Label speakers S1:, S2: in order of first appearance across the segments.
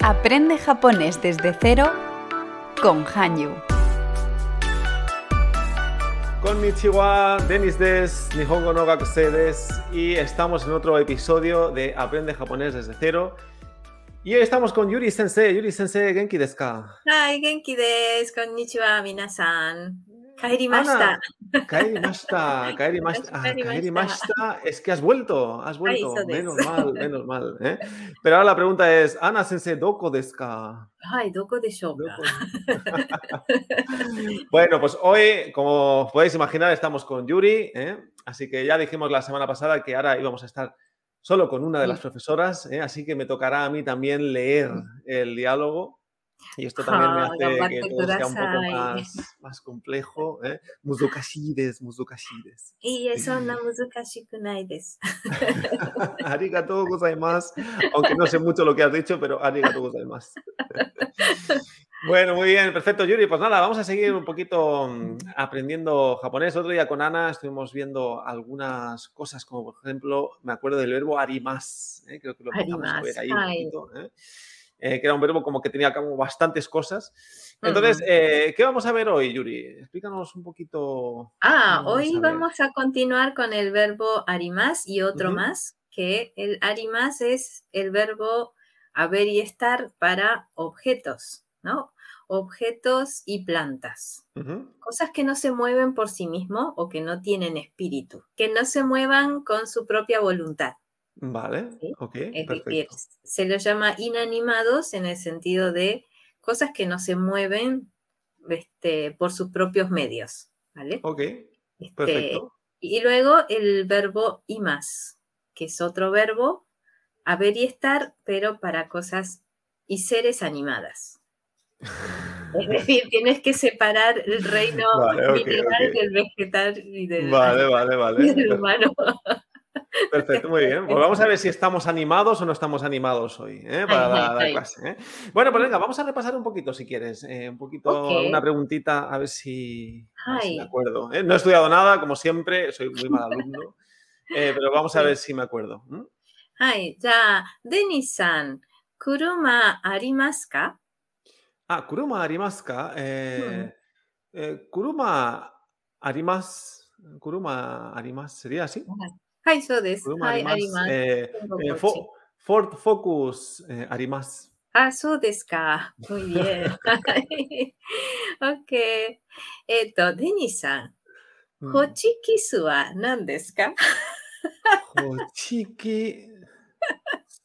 S1: Aprende japonés desde cero con Hanyu.
S2: Konnichiwa, Denis des, Nihongo no Gakusei des, y estamos en otro episodio de Aprende japonés desde cero. Y hoy estamos con Yuri Sensei. Yuri Sensei, Genki desu ka?
S3: はい、元気です。こんにちは、皆さん。帰りまし
S2: Ana,
S3: た。
S2: Kairimashita, kairimashita, ah,
S3: Kairimashita.
S2: kairimashita. Es que has vuelto, has vuelto.
S3: eso des.
S2: menos mal, menos mal. ¿eh? Pero ahora la pregunta es, Ana Sensei, ¿doko desu ka?
S3: はい、どこでしょうか
S2: Bueno, pues hoy, como podéis imaginar, estamos con Yuri, ¿eh? así que ya dijimos la semana pasada que ahora íbamos a estar solo con una de las profesoras, ¿eh? así que me tocará a mí también leer el diálogo. Y esto también me
S3: Ah,
S2: hace que
S3: gambatte
S2: todo sea un poco
S3: kudasai.
S2: más, más complejo. ¿eh? Muzukashides, muzukashides.
S3: いいえ、そんな難しくないです。
S2: Ah, Arigato gozaimasu. Aunque no sé mucho lo que has dicho, pero arigato gozaimasu. Bueno, muy bien, perfecto, Yuri. Pues nada, vamos a seguir un poquito mm, aprendiendo japonés. Otro día con Ana estuvimos viendo algunas cosas, como por ejemplo, me acuerdo del verbo arimas. ¿eh? Creo que lo empezamos a ver ahí un
S3: Arimas, ay.
S2: poquito. ¿eh? Eh, que era un verbo como que tenía como bastantes cosas. Entonces, eh, ¿qué vamos a ver hoy, Yuri? Explícanos un poquito.
S3: Ah,
S2: Vamos a
S3: hoy
S2: ver.
S3: vamos a continuar con el verbo arimas y otro
S2: Ujú.
S3: más, que el arimas es el verbo haber y estar para objetos, ¿no? Objetos y plantas.
S2: Ujú.
S3: Cosas que no se mueven por sí mismo o que no tienen espíritu, que no se muevan con su propia voluntad.
S2: Vale,
S3: Sí,
S2: ok,
S3: Es decir,
S2: perfecto.
S3: Eh, se los llama inanimados en el sentido de cosas que no se mueven este, por sus propios medios, ¿vale?
S2: Ok,
S3: Este,
S2: perfecto.
S3: y luego el verbo imas, que es otro verbo, haber y estar, pero para cosas y seres animadas. Es decir, tienes que separar el reino
S2: Vale, ok,
S3: mineral
S2: ok.
S3: del vegetal y del,
S2: Vale, vale,
S3: y
S2: vale.
S3: del humano.
S2: Perfecto, muy bien. Pues vamos a ver si estamos animados o no estamos animados hoy ¿eh? para la, la
S3: ay, ay.
S2: clase. ¿eh? Bueno, pues venga, vamos a repasar un poquito si quieres. eh, un poquito,
S3: Ok.
S2: una preguntita, a ver si, a ver si me
S3: Ay.
S2: acuerdo. ¿eh? No he estudiado nada, como siempre, soy muy mal alumno. eh, pero vamos a
S3: Ok.
S2: ver si me acuerdo. ¿m?
S3: はい、じゃあ、デニスさん、車ありますか
S2: Ah, Kuruma arimasu ka? Eh, eh, Kuruma arimas. Kuruma arimas, ¿sería así?
S3: はい、そうです。
S2: Kuruma
S3: はい、あります。
S2: Eh,
S3: 今度
S2: eh,
S3: こっち
S2: Fo- Ford Focus eh, arimas.
S3: あ、そうですか。もういいえ。はい。OK。えっ、と、デニスさん、
S2: Mm.
S3: ホ チキスは何ですか
S2: Hochiki.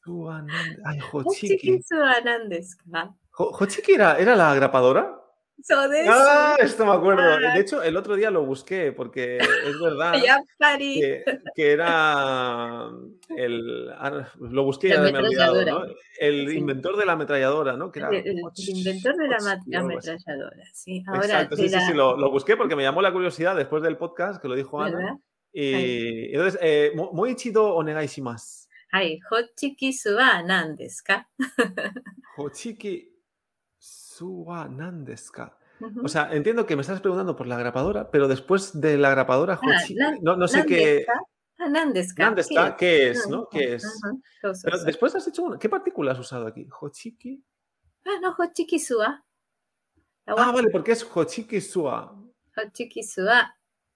S2: Suanan- Ay,
S3: ホチキ
S2: Hochiki.
S3: スは何ですか
S2: Jo- ¿Hochiki era, era la agrapadora?
S3: そうです。
S2: Ah, esto me acuerdo.
S3: Ah.
S2: De hecho, el otro día lo busqué porque es verdad
S3: やっぱり。
S2: que, que era el. ahora Lo busqué y
S3: La
S2: ya me he olvidado, ¿no?
S3: ametralladora.
S2: El
S3: Sí.
S2: inventor de la ametralladora, ¿no? Que era
S3: El, el- el inventor de la
S2: Hoch- Hoch-
S3: ma-
S2: algo así.
S3: ametralladora, sí. Ahora,
S2: Exacto,
S3: de
S2: sí, sí,
S3: la-
S2: sí, lo, lo busqué porque me llamó la curiosidad después del podcast que lo dijo Ana.
S3: ¿verdad?
S2: Y entonces, eh, mo- Moichido onegaishimasu.
S3: はい、ホチキスは何ですか
S2: Hochiki suwa nandeska. O sea, entiendo que me estás preguntando por la grapadora, pero después de la grapadora, Hochiki,
S3: Ah, nan-
S2: no, no sé
S3: ¿Nan
S2: qué.
S3: desu ka? Ah, ¿Nan desu ka?
S2: Nandeska, ¿qué es?
S3: Nan-
S2: ¿no? ¿Qué es?
S3: Ajá, so, so,
S2: Pero
S3: so.
S2: después has hecho una. ¿Qué partícula has usado aquí? Hochiki.
S3: Ah, no, hochikisu wa. La wa-
S2: Ah, vale, porque es Hochiki sua.
S3: hochikisu wa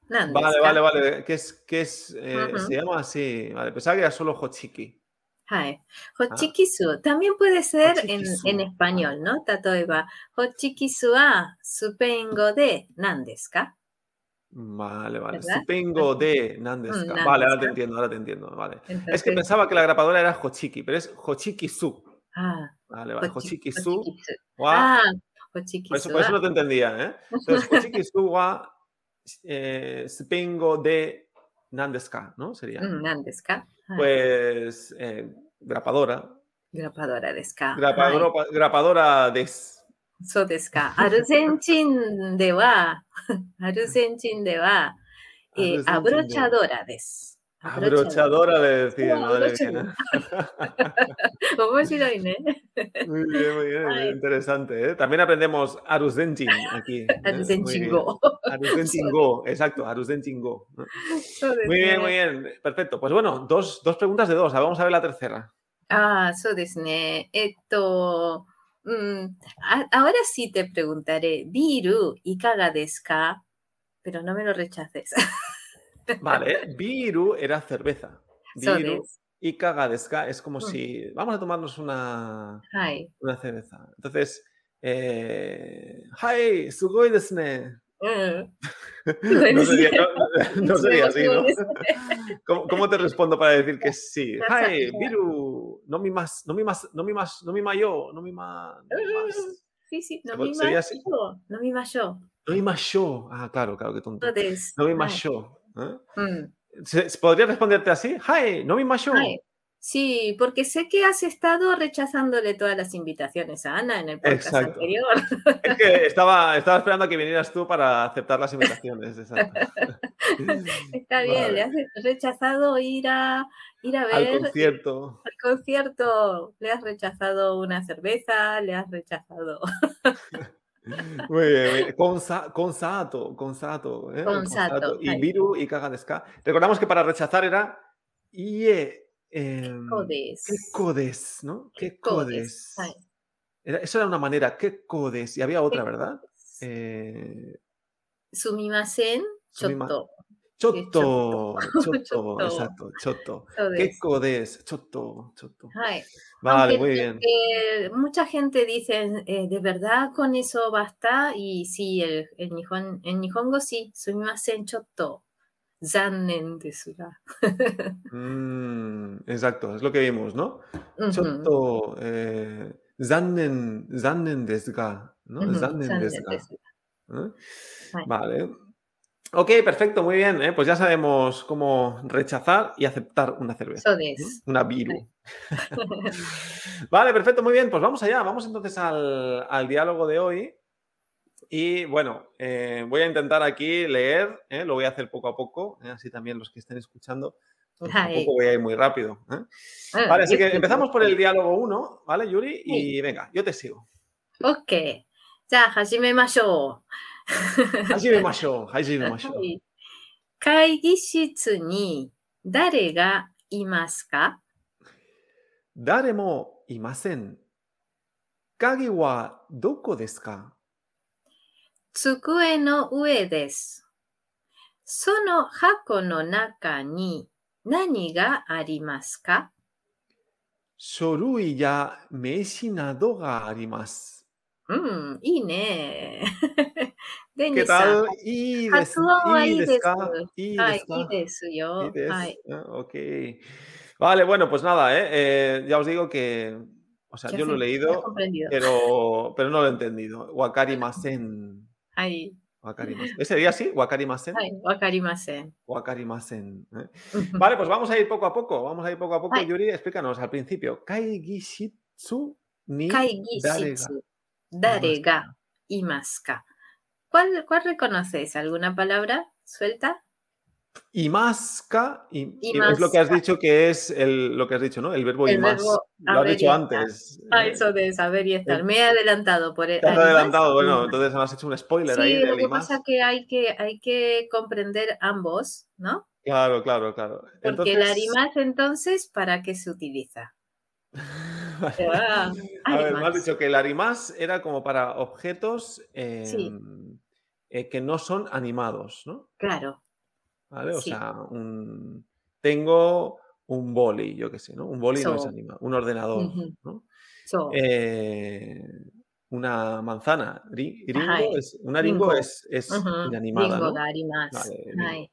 S3: nan desu
S2: Vale,
S3: ka?
S2: vale, vale. ¿Qué es? Qué es eh,
S3: Ujú.
S2: Se llama así. Vale, pensaba que era solo Hochiki.
S3: Hai.
S2: Ah.
S3: Hochikisu. También puede ser en,
S2: Hochikisu.
S3: en español, ¿no? Tatoeba, hochikisu wa supengo de ¿ah? nan desu ka?
S2: Vale, vale.
S3: ¿Verdad?
S2: Supongo de Nandeska.
S3: Mm,
S2: Vale, ahora te
S3: Nandeska.
S2: entiendo, ahora te entiendo. Vale. Es que
S3: Entonces,
S2: pensaba que la grapadora era Hochiki, pero es Hochiki su.
S3: ah,
S2: Vale, vale.
S3: hochi-
S2: Hochiki su.
S3: hochikisu.
S2: Wa.
S3: Ah,
S2: Por
S3: hochikisu
S2: eso, por eso
S3: wa.
S2: no te entendía, ¿eh? Entonces, Hochiki su wa eh, supongo de Nandeska, ¿no? Sería.
S3: Mm, nan desu ka? Hai.
S2: Pues eh, grapadora.
S3: Grapadora desu ka? Hai.
S2: Grapadora, grapadora des.
S3: そうですか。アルゼンチンで は、アルゼンチンでは、え
S2: Antes
S3: ー
S2: de
S3: アブロチャ
S2: entender.
S3: ドラです。アブロチャド
S2: Abrochadora de decir,
S3: Como
S2: madre
S3: abrochadora.
S2: mía.
S3: ラ。面白いね。
S2: Muy bien, muy bien, muy
S3: Ay.
S2: interesante. ¿eh? También aprendemos Arusdenchin aquí. ¿eh?
S3: アルゼンチン
S2: Muy
S3: 語。
S2: bien. Arusdenchingo, exacto, Arusdenchingo. ¿no?
S3: そうです
S2: Muy bien,
S3: ね。
S2: muy bien, perfecto. Pues bueno, dos, dos preguntas de dos. Ahora vamos a ver la tercera.
S3: ああ、そうですね。えっと、 Mm, a- ahora sí te preguntaré, biru y kaga desu ka? pero no me lo rechaces.
S2: Vale, biru era cerveza.
S3: So
S2: Biru
S3: des.
S2: y kagadesca es como
S3: Mm.
S2: si vamos a tomarnos una,
S3: Hi.
S2: una cerveza. Entonces, eh, hi, sugoi desu ne.
S3: Mm.
S2: No sería, no- no sería así, ¿no?
S3: Sugoi desu
S2: ¿Cómo, cómo te respondo para decir que sí?
S3: Pasa-
S2: Hi, biru, no mi más, no mi más, no mi más, no mi mayo, no mi más, no mi más.
S3: Sí, sí, no
S2: Bueno,
S3: mi
S2: sería así.
S3: yo. No mi yo.
S2: No mi más yo. Ah, claro, claro, qué tonto.
S3: So des.
S2: No mi
S3: Hi.
S2: más yo. ¿eh?
S3: Mm.
S2: ¿Se- se ¿Podría responderte así? Hi, no mi más yo.
S3: Hi. Sí, porque sé que has estado rechazándole todas las invitaciones a Ana en el podcast
S2: Exacto.
S3: anterior.
S2: Es que estaba, estaba esperando a que vinieras tú para aceptar las invitaciones. exacto.
S3: Está bien,
S2: Vale.
S3: le has rechazado ir a ir a
S2: Al
S3: ver
S2: concierto.
S3: al concierto, le has rechazado una cerveza, le has rechazado
S2: Muy bien, muy bien. Consa- Consato, consato. ¿eh?
S3: Consato,
S2: Y
S3: ahí.
S2: viru y cagadesca. Recordamos que para rechazar era IE. em,
S3: codes.
S2: ¿Qué codes? ¿No? ¿Qué codes?
S3: Ay,
S2: Era- eso era una manera. ¿Qué codes? Y había otra, ¿verdad? Eh,
S3: Sumimasen,
S2: sumima-
S3: chotto.
S2: Choto, choto, Pues.
S3: Choto.
S2: exacto, choto. ¿Qué
S3: codes.
S2: codes? Choto, choto.
S3: Ay,
S2: Vale,
S3: aunque
S2: muy
S3: sé
S2: bien.
S3: que mucha gente dice, eh, ¿de verdad con eso basta? Y sí, el, el, nihon, el nihongo sí, sumimasen, chotto. Zannen desu ga.
S2: Mm, exacto, es lo que vimos, ¿no?
S3: Ujú.
S2: Chotto, eh, zannen, zannen desu ga, ¿no?
S3: Ujú,
S2: Zannen
S3: zannen
S2: desu ga,
S3: desu ga.
S2: ¿eh?
S3: Ay.
S2: Vale. Ok, perfecto, muy bien. ¿eh? Pues ya sabemos cómo rechazar y aceptar una cerveza.
S3: So
S2: ¿no?
S3: desu.
S2: Una viru. Vale, perfecto, muy bien. Pues vamos allá, vamos entonces al, al diálogo de hoy. Y bueno, eh, voy a intentar aquí leer, ¿eh? lo voy a hacer poco a poco, ¿eh? así también los que estén escuchando. pues
S3: Ay.
S2: Tampoco voy a ir muy rápido. ¿eh?
S3: Ah,
S2: Vale, así
S3: yo
S2: que
S3: sí.
S2: empezamos por el diálogo 1, ¿vale, Yuri? Y venga, yo te sigo.
S3: OK。じゃあ始めましょ
S2: Hajime masho, hajime
S3: う。
S2: masho.
S3: はい会議室に誰がいますか
S2: Daremo imasen. Kage wa doko desu ka?
S3: 机の上です。その箱の中に何がありますか
S2: Shorui ya meishi nado ga arimasu.
S3: うん、いい ね。デ
S2: ¿Qué
S3: ニさん
S2: tal?。いいです。
S3: 発音はいいです
S2: いい
S3: は
S2: で
S3: い
S2: す、か
S3: いいです
S2: い
S3: よ
S2: い。です
S3: はい。
S2: Ah, Ok. Vale, bueno, pues nada, ¿eh? Eh, ya os digo que. O sea,
S3: Ya
S2: yo lo he
S3: sé, ya
S2: leído,
S3: comprendido.
S2: pero, pero no lo he entendido. Wakarimasen.
S3: はい。
S2: Wakarimasen. ¿Ese día sí? Wakarimasen.
S3: はい、わかりませ ん。
S2: Wakarimasen. ¿eh? Vale, pues vamos a ir poco a poco. Vamos a ir poco a poco.
S3: Mm. Ay.
S2: Yuri, explícanos al principio. Kaigishitsu ni
S3: 会議
S2: dare
S3: 室、誰がいますか ¿Cuál, cuál reconoces? ¿Alguna palabra suelta?
S2: Y masca, es lo
S3: Imasca.
S2: que has dicho que es el, lo que has dicho, ¿no? El verbo
S3: El
S2: y más.
S3: verbo
S2: Lo has dicho
S3: haber y
S2: antes.
S3: Ah,
S2: eh,
S3: eso de saber y estar. Me he adelantado por el.
S2: Te has
S3: además,
S2: adelantado,
S3: mm,
S2: bueno, entonces me has hecho un spoiler ahí
S3: Sí,
S2: del
S3: lo que
S2: y más.
S3: pasa es que hay que, hay que comprender ambos, ¿no?
S2: Claro, claro, claro.
S3: Porque el arimas entonces, ¿para qué se utiliza? Ah,
S2: A ver, me has
S3: arimas.
S2: dicho que el arimás era como para objetos em, eh, que no son animados, ¿no?
S3: Claro,
S2: ¿Vale? O
S3: Sí.
S2: sea, un... tengo un boli, yo qué sé, ¿no? Un boli no es
S3: So.
S2: animado, un ordenador,
S3: Ujú.
S2: ¿no?
S3: so,
S2: Eh, una manzana, ri-
S3: Ajá,
S2: ringo es- una ringo,
S3: ringo.
S2: es, es
S3: ujú,
S2: inanimada,
S3: bingo
S2: ¿no?
S3: de arimas.
S2: Vale,
S3: Ay,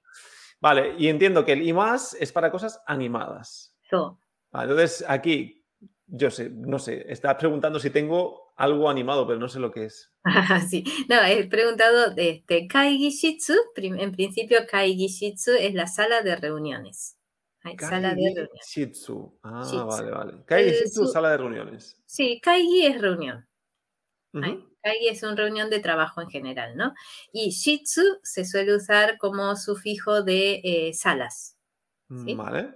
S2: Vale, y entiendo que el y más es para cosas animadas.
S3: so,
S2: Vale, entonces, aquí, yo sé, no sé, estás preguntando si tengo algo animado, pero no sé lo que es.
S3: ah, Sí, no, he preguntado de este kaigishitsu, prim- en principio kaigishitsu es la sala de reuniones. Ay, sala de
S2: Kaigi
S3: reuniones.
S2: Shitsu. Ah,
S3: Shitsu.
S2: vale, vale. Kaigi
S3: El
S2: Shitsu,
S3: su-
S2: sala de reuniones.
S3: Sí, kaigi es reunión.
S2: Ujú.
S3: Ay, Kaigi es una reunión de trabajo en general, ¿no? Y shitsu se suele usar como sufijo de eh, salas. ¿sí?
S2: Mm, Vale.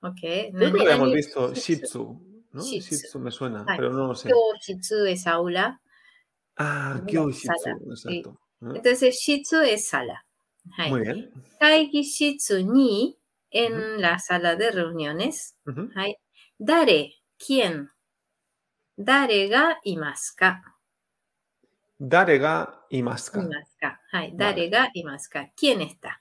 S3: ¿ok?
S2: Creo que lo habíamos
S3: Nani-
S2: visto,
S3: shitsu.
S2: Shitsu. ¿no?
S3: Shih Tzu.
S2: Shih Tzu me suena,
S3: Vale.
S2: pero no lo sé.
S3: Kyoshitsu es aula.
S2: Ah,
S3: Una
S2: Kyo Shitsu,
S3: sala,
S2: exacto. ¿Eh?
S3: Entonces, shitsu es sala. Ay.
S2: Muy bien.
S3: Kaigi shitsu ni en
S2: Ujú.
S3: la sala de reuniones.
S2: Ujú.
S3: Ay. Dare, ¿quién? 誰がいますか
S2: 誰がいます
S3: い
S2: か
S3: ますかはい。
S2: Vale.
S3: 誰がいますか ¿Quién está?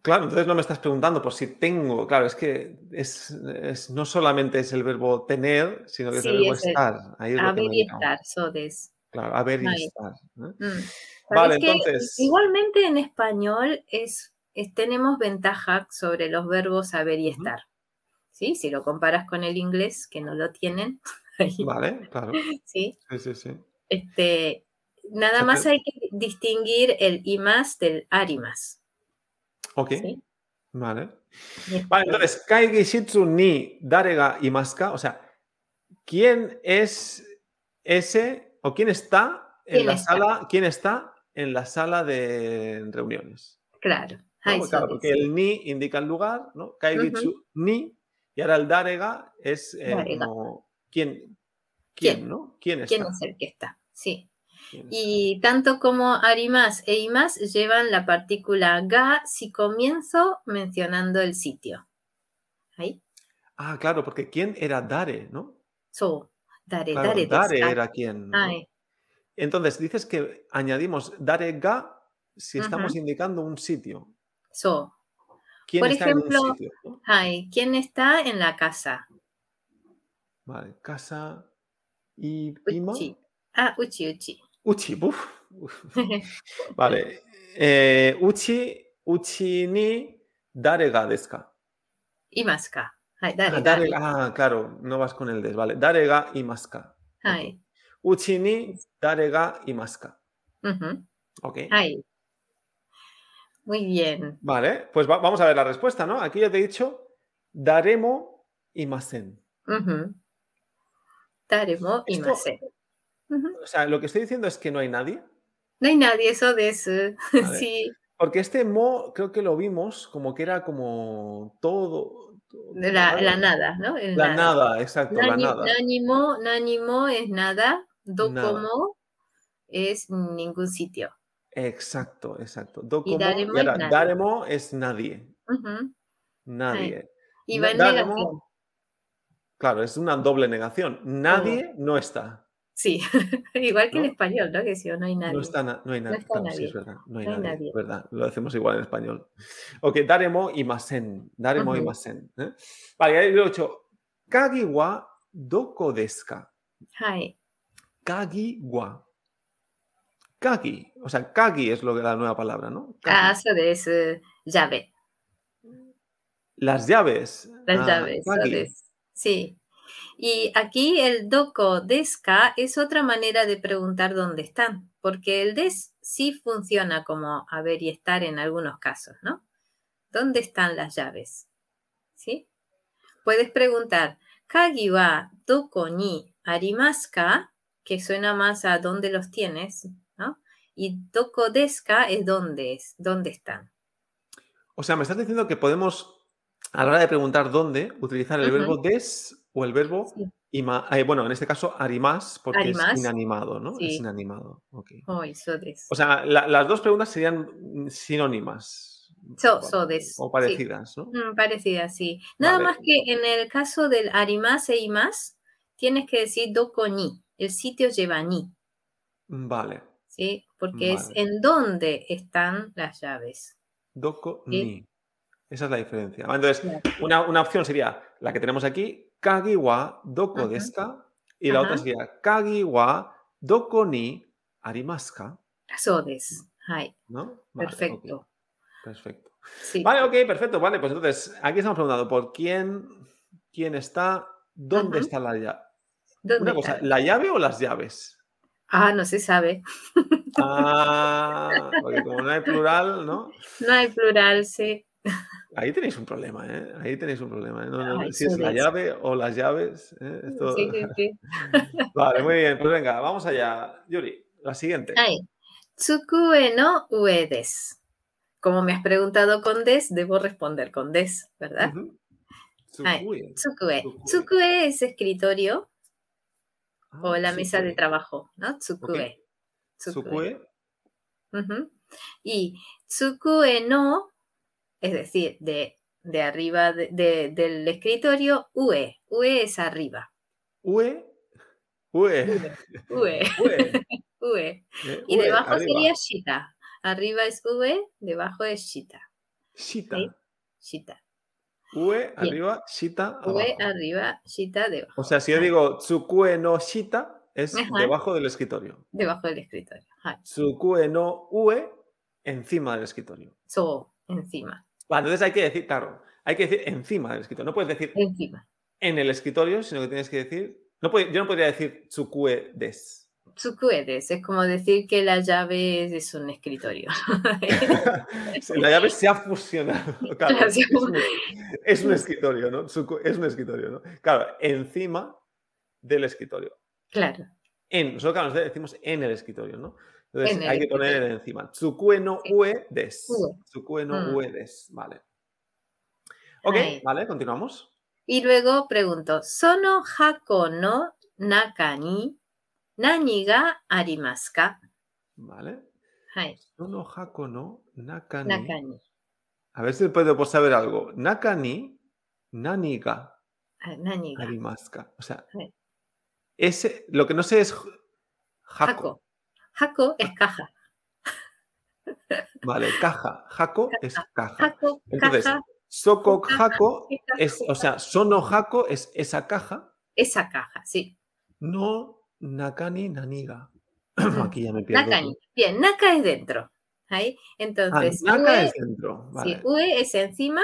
S2: Claro, entonces no me estás preguntando por si tengo. Claro, es que es, es- no solamente es el verbo tener, sino que es el
S3: Sí,
S2: verbo
S3: es el-
S2: estar. Ahí es lo que
S3: Haber
S2: me
S3: y
S2: he quedado.
S3: estar, so des.
S2: Claro, haber y
S3: Ahí.
S2: estar. ¿eh?
S3: Mm. ¿Sabes
S2: Vale,
S3: qué?
S2: entonces.
S3: Igualmente en español es, es- tenemos ventaja sobre los verbos haber y
S2: Ujú.
S3: estar. ¿Sí? Si lo comparas con el inglés, que no lo tienen, ahí,
S2: Vale, claro.
S3: ¿sí?
S2: Sí, sí, sí.
S3: Este, nada
S2: Pero-
S3: más hay que distinguir el y más del arimas.
S2: Ok,
S3: ¿sí?
S2: vale.
S3: Este,
S2: Vale, entonces, Kai Gishitsu ni Darega y Maska, o sea, ¿quién es ese o quién está en
S3: ¿Quién
S2: la
S3: está?
S2: sala? ¿Quién está en la sala de reuniones?
S3: claro.
S2: ¿no?
S3: ahí
S2: Porque,
S3: so
S2: claro,
S3: des.
S2: porque el ni indica el lugar, ¿no? Kai
S3: Ujú.
S2: Gitsu ni, y ahora el Darega es eh,
S3: Darega.
S2: como quién, quién,
S3: ¿Quién?
S2: ¿no? ¿Quién está?
S3: ¿Quién es el que está? Sí.
S2: ¿Quién está?
S3: Y tanto como Arimas e Imas llevan la partícula ga si comienzo mencionando el sitio. Ahí.
S2: Ah, claro, porque quién era Dare, ¿no?
S3: So, dare,
S2: Claro,
S3: dare, des,
S2: Dare
S3: ah,
S2: era quien. ¿no?
S3: ay,
S2: Entonces, dices que añadimos darega si estamos
S3: Ujú.
S2: indicando un sitio.
S3: so.
S2: ¿Quién
S3: Por
S2: está en
S3: ejemplo-
S2: un sitio? ¿no?
S3: Ay, ¿quién está en la casa?
S2: Vale, casa y ima.
S3: Uchi. Ah, uchi, uchi.
S2: Uchi, buf. Uf. Vale. eh, uchi, uchi ni darega desca.
S3: Imas ka. Ay,
S2: Ah,
S3: dare, dare.
S2: darega- ah, claro, no vas con el des. Vale, darega y masca.
S3: Ay,
S2: Uchi ni darega y masca.
S3: ujú,
S2: Ok.
S3: ay. Muy bien.
S2: Vale, pues va- vamos a ver la respuesta, ¿no? Aquí yo te he dicho daremo y masen.
S3: ujú. Daremo
S2: Esto-
S3: imase. Ujú.
S2: O sea, lo que estoy diciendo es que no hay nadie.
S3: No hay nadie, eso de eso.
S2: Vale.
S3: Sí,
S2: Porque este mo creo que lo vimos como que era como todo. todo-
S3: de la,
S2: todo,
S3: la nada, ¿no? El
S2: La nada, exacto, la
S3: Nani-
S2: nada.
S3: Nanimo, nanimo es nada,
S2: Nada.
S3: docomo es ningún sitio.
S2: Exacto, exacto. Do como-
S3: daremo
S2: y ahora,
S3: es nadie.
S2: daremo es nadie.
S3: Ujú.
S2: Nadie.
S3: Y
S2: Na-
S3: va en
S2: daremo-
S3: negación.
S2: Claro, es una doble negación. Nadie no está.
S3: Sí, igual que
S2: ¿No?
S3: el español, ¿no? Que si no, no hay nadie.
S2: No, está na- no hay nadie.
S3: está
S2: claro, sí,
S3: nadie.
S2: es verdad. No hay
S3: No hay
S2: nadie.
S3: nadie.
S2: es verdad. Lo decimos igual en español. Ok, daremo y masen. Daremo y
S3: Ujú.
S2: masen. ¿eh? Vale, ahí lo he hecho. Kagiwa doko desu ka?
S3: Hai,
S2: Kagi wa. Kagi. O sea, kagi es lo que la nueva palabra, ¿no? Kagi.
S3: caso de ah, ese llave,
S2: Las llaves.
S3: las
S2: Ah,
S3: llaves. eso
S2: kagi.
S3: de- Sí. Y aquí el doco desca es otra manera de preguntar dónde están, porque el des sí funciona como haber y estar en algunos casos, ¿no? ¿Dónde están las llaves? ¿Sí? Puedes preguntar, ¿Kagi wa doko ni arimasu ka? Que suena más a dónde los tienes, ¿no? Y doko desca es dónde es, dónde están.
S2: O sea, me estás diciendo que podemos, a la hora de preguntar dónde, utilizar el
S3: Ujú.
S2: verbo des o el verbo
S3: Sí.
S2: ima- eh, bueno, en este caso arimas, porque
S3: Arimas.
S2: es inanimado, ¿no? Es
S3: Sí.
S2: inanimado. ok.
S3: Oh, eso des.
S2: O sea, la- las dos preguntas serían mm, sinónimas.
S3: So-
S2: o-
S3: so des,
S2: O
S3: sí.
S2: parecidas, ¿no?
S3: Mm, parecida, sí. Nada
S2: Vale.
S3: más que en el caso del arimas e imas, tienes que decir doko ni. El sitio lleva ni,
S2: Vale.
S3: ¿sí? Porque es
S2: Vale.
S3: en dónde están las llaves.
S2: Doko
S3: Sí.
S2: ni. Esa es la diferencia. Ah, Entonces,
S3: Claro.
S2: una, una opción sería la que tenemos aquí, kagiwa doko
S3: Ajá.
S2: desu ka? y la otra
S3: Ajá.
S2: sería kagiwa doko ni arimasu ka?
S3: So des. Ay,
S2: ¿no? Vale, ok,
S3: perfecto.
S2: perfecto.
S3: Sí.
S2: Vale, ok, perfecto. Vale, pues entonces, aquí estamos preguntando por quién, quién está, dónde
S3: Ajá.
S2: está la llave.
S3: ¿Dónde
S2: Una cosa,
S3: están?
S2: ¿la llave o las llaves?
S3: Ah, no se sabe.
S2: Ah, porque como no hay plural, ¿no?
S3: No hay plural, sí.
S2: Ahí tenéis un problema, ¿eh? Ahí tenéis un problema. ¿eh? No, no,
S3: Ay,
S2: si es la
S3: sois.
S2: llave o las llaves. ¿eh? Esto-
S3: Sí, sí, sí.
S2: Vale, muy bien. Pues venga, vamos allá. Yuri, la siguiente.
S3: Ay, tsukue no ue des. Como me has preguntado con des, debo responder con des, ¿verdad?
S2: Ujú.
S3: Ay,
S2: Tsukui. Tsukue.
S3: Tsukue. Tsukue es escritorio.
S2: Ah,
S3: o la mesa de
S2: tsukui.
S3: trabajo, ¿no? Tsukue. Tsukue.
S2: Tsukue.
S3: Ujú. Y tsukue no, es decir, de, de arriba de- de- del escritorio, ue. Ue es arriba.
S2: Ue. Ue.
S3: Ue,
S2: Ue.
S3: ue.
S2: eh,
S3: Y
S2: ue,
S3: debajo
S2: arriba.
S3: sería shita. Arriba es V, debajo es shita.
S2: Shita.
S3: ¿sí? Shita.
S2: Ue arriba, shita
S3: V
S2: abajo.
S3: arriba, shita debajo,
S2: O sea, si yo digo tsukue no shita, es
S3: Ajá.
S2: debajo del escritorio.
S3: debajo del escritorio. Ajá.
S2: Tsukue no ue, encima del escritorio.
S3: So, encima.
S2: Vale, entonces hay que decir, claro, hay que decir encima del escritorio. No puedes decir
S3: Encima.
S2: en el escritorio, sino que tienes que decir. No puede- yo no podría decir tsukue des.
S3: Tsukuedes. Es como decir que la llave es un escritorio.
S2: La llave se ha fusionado. Claro,
S3: Claro,
S2: es,
S3: sí.
S2: un, es un escritorio, ¿no? Tsuku- Es un escritorio, ¿no? Claro, encima del escritorio.
S3: claro.
S2: En, nosotros claro, nosotros decimos en el escritorio, ¿no? Entonces
S3: En el
S2: hay que poner el encima. Tsukue no
S3: Sí.
S2: ue des.
S3: Ue.
S2: Tsukue no
S3: Mm.
S2: ue des. Vale. Ok,
S3: Ahí.
S2: vale, continuamos.
S3: Y luego pregunto, ¿sono hako no naka ni nani ga arimasu ka?
S2: Vale.
S3: Hai,
S2: Sono hako no naka ni-
S3: naka ni.
S2: A ver si podemos saber algo. Nakani, nani ga
S3: Ah, Nani ga.
S2: arimasu ka. O sea,
S3: Sí.
S2: ese, lo que no sé es j- hako.
S3: Hako. Hako es caja.
S2: Vale, caja. Hako es caja.
S3: Hako,
S2: Entonces,
S3: caja,
S2: Soko
S3: Caja.
S2: hako
S3: Caja.
S2: es, o sea, sono hako es esa caja.
S3: esa caja, sí.
S2: No nakani naniga. Aquí ya me pierdo.
S3: Ah. Naka ni. Bien, naka es dentro. Ahí,
S2: Ah,
S3: entonces,
S2: naka
S3: ue,
S2: es dentro. Vale.
S3: sí, ue es encima,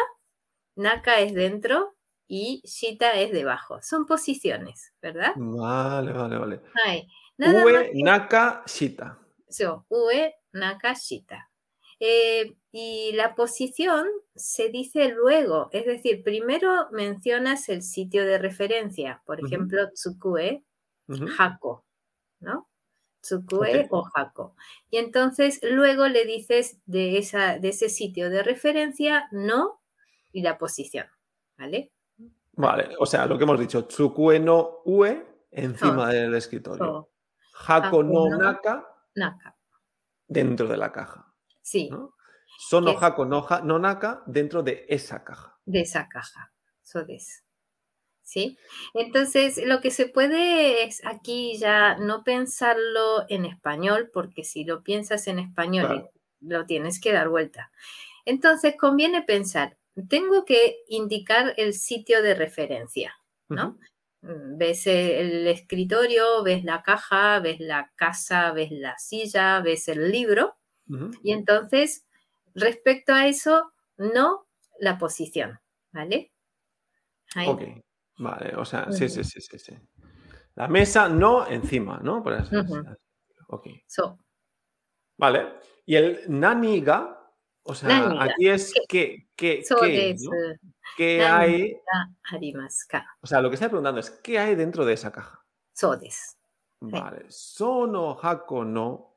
S3: naka es dentro y shita es debajo. Son posiciones, ¿verdad?
S2: Vale, vale, vale.
S3: Hai, nada más
S2: Ue, naka, shita.
S3: So, ue nakashita. Eh, y la posición se dice luego, es decir, primero mencionas el sitio de referencia, por
S2: Ujú.
S3: ejemplo, tsukue,
S2: Ujú.
S3: hako, ¿no? Tsukue
S2: Ok.
S3: o hako. Y entonces luego le dices de, esa, de ese sitio de referencia, no, y la posición, ¿vale?
S2: Vale, o sea, lo que hemos dicho, tsukue no ue encima del escritorio.
S3: So,
S2: Hako no
S3: Hako no
S2: naka
S3: naka,
S2: dentro de la caja.
S3: sí,
S2: ¿no? Sono
S3: Que-
S2: hako no, ha- no naka dentro de esa caja.
S3: de esa caja. So des. ¿Sí? Entonces, lo que se puede es aquí ya no pensarlo en español, porque si lo piensas en español
S2: Claro.
S3: lo tienes que dar vuelta. Entonces, conviene pensar, tengo que indicar el sitio de referencia. ¿No?
S2: Ujú.
S3: Mm, Ves eh, el escritorio, ves la caja, ves la casa, ves la silla, ves el libro.
S2: Ujú.
S3: Y entonces, respecto a eso, no la posición, ¿vale? Ahí.
S2: Ok, vale, o sea, sí, sí, sí, sí, sí. La mesa no encima, ¿no? Por así
S3: Ujú.
S2: decirlo. Ok,
S3: So,
S2: vale. Y el naniga, o sea,
S3: Naniga.
S2: aquí es que, que,
S3: so
S2: que,
S3: desu
S2: ¿no? ¿Qué
S3: eh, Naniga.
S2: hay?
S3: ga arimasu ka.
S2: O sea, lo que está preguntando es, ¿qué hay dentro de esa caja?
S3: So desu.
S2: Vale. Sono hako no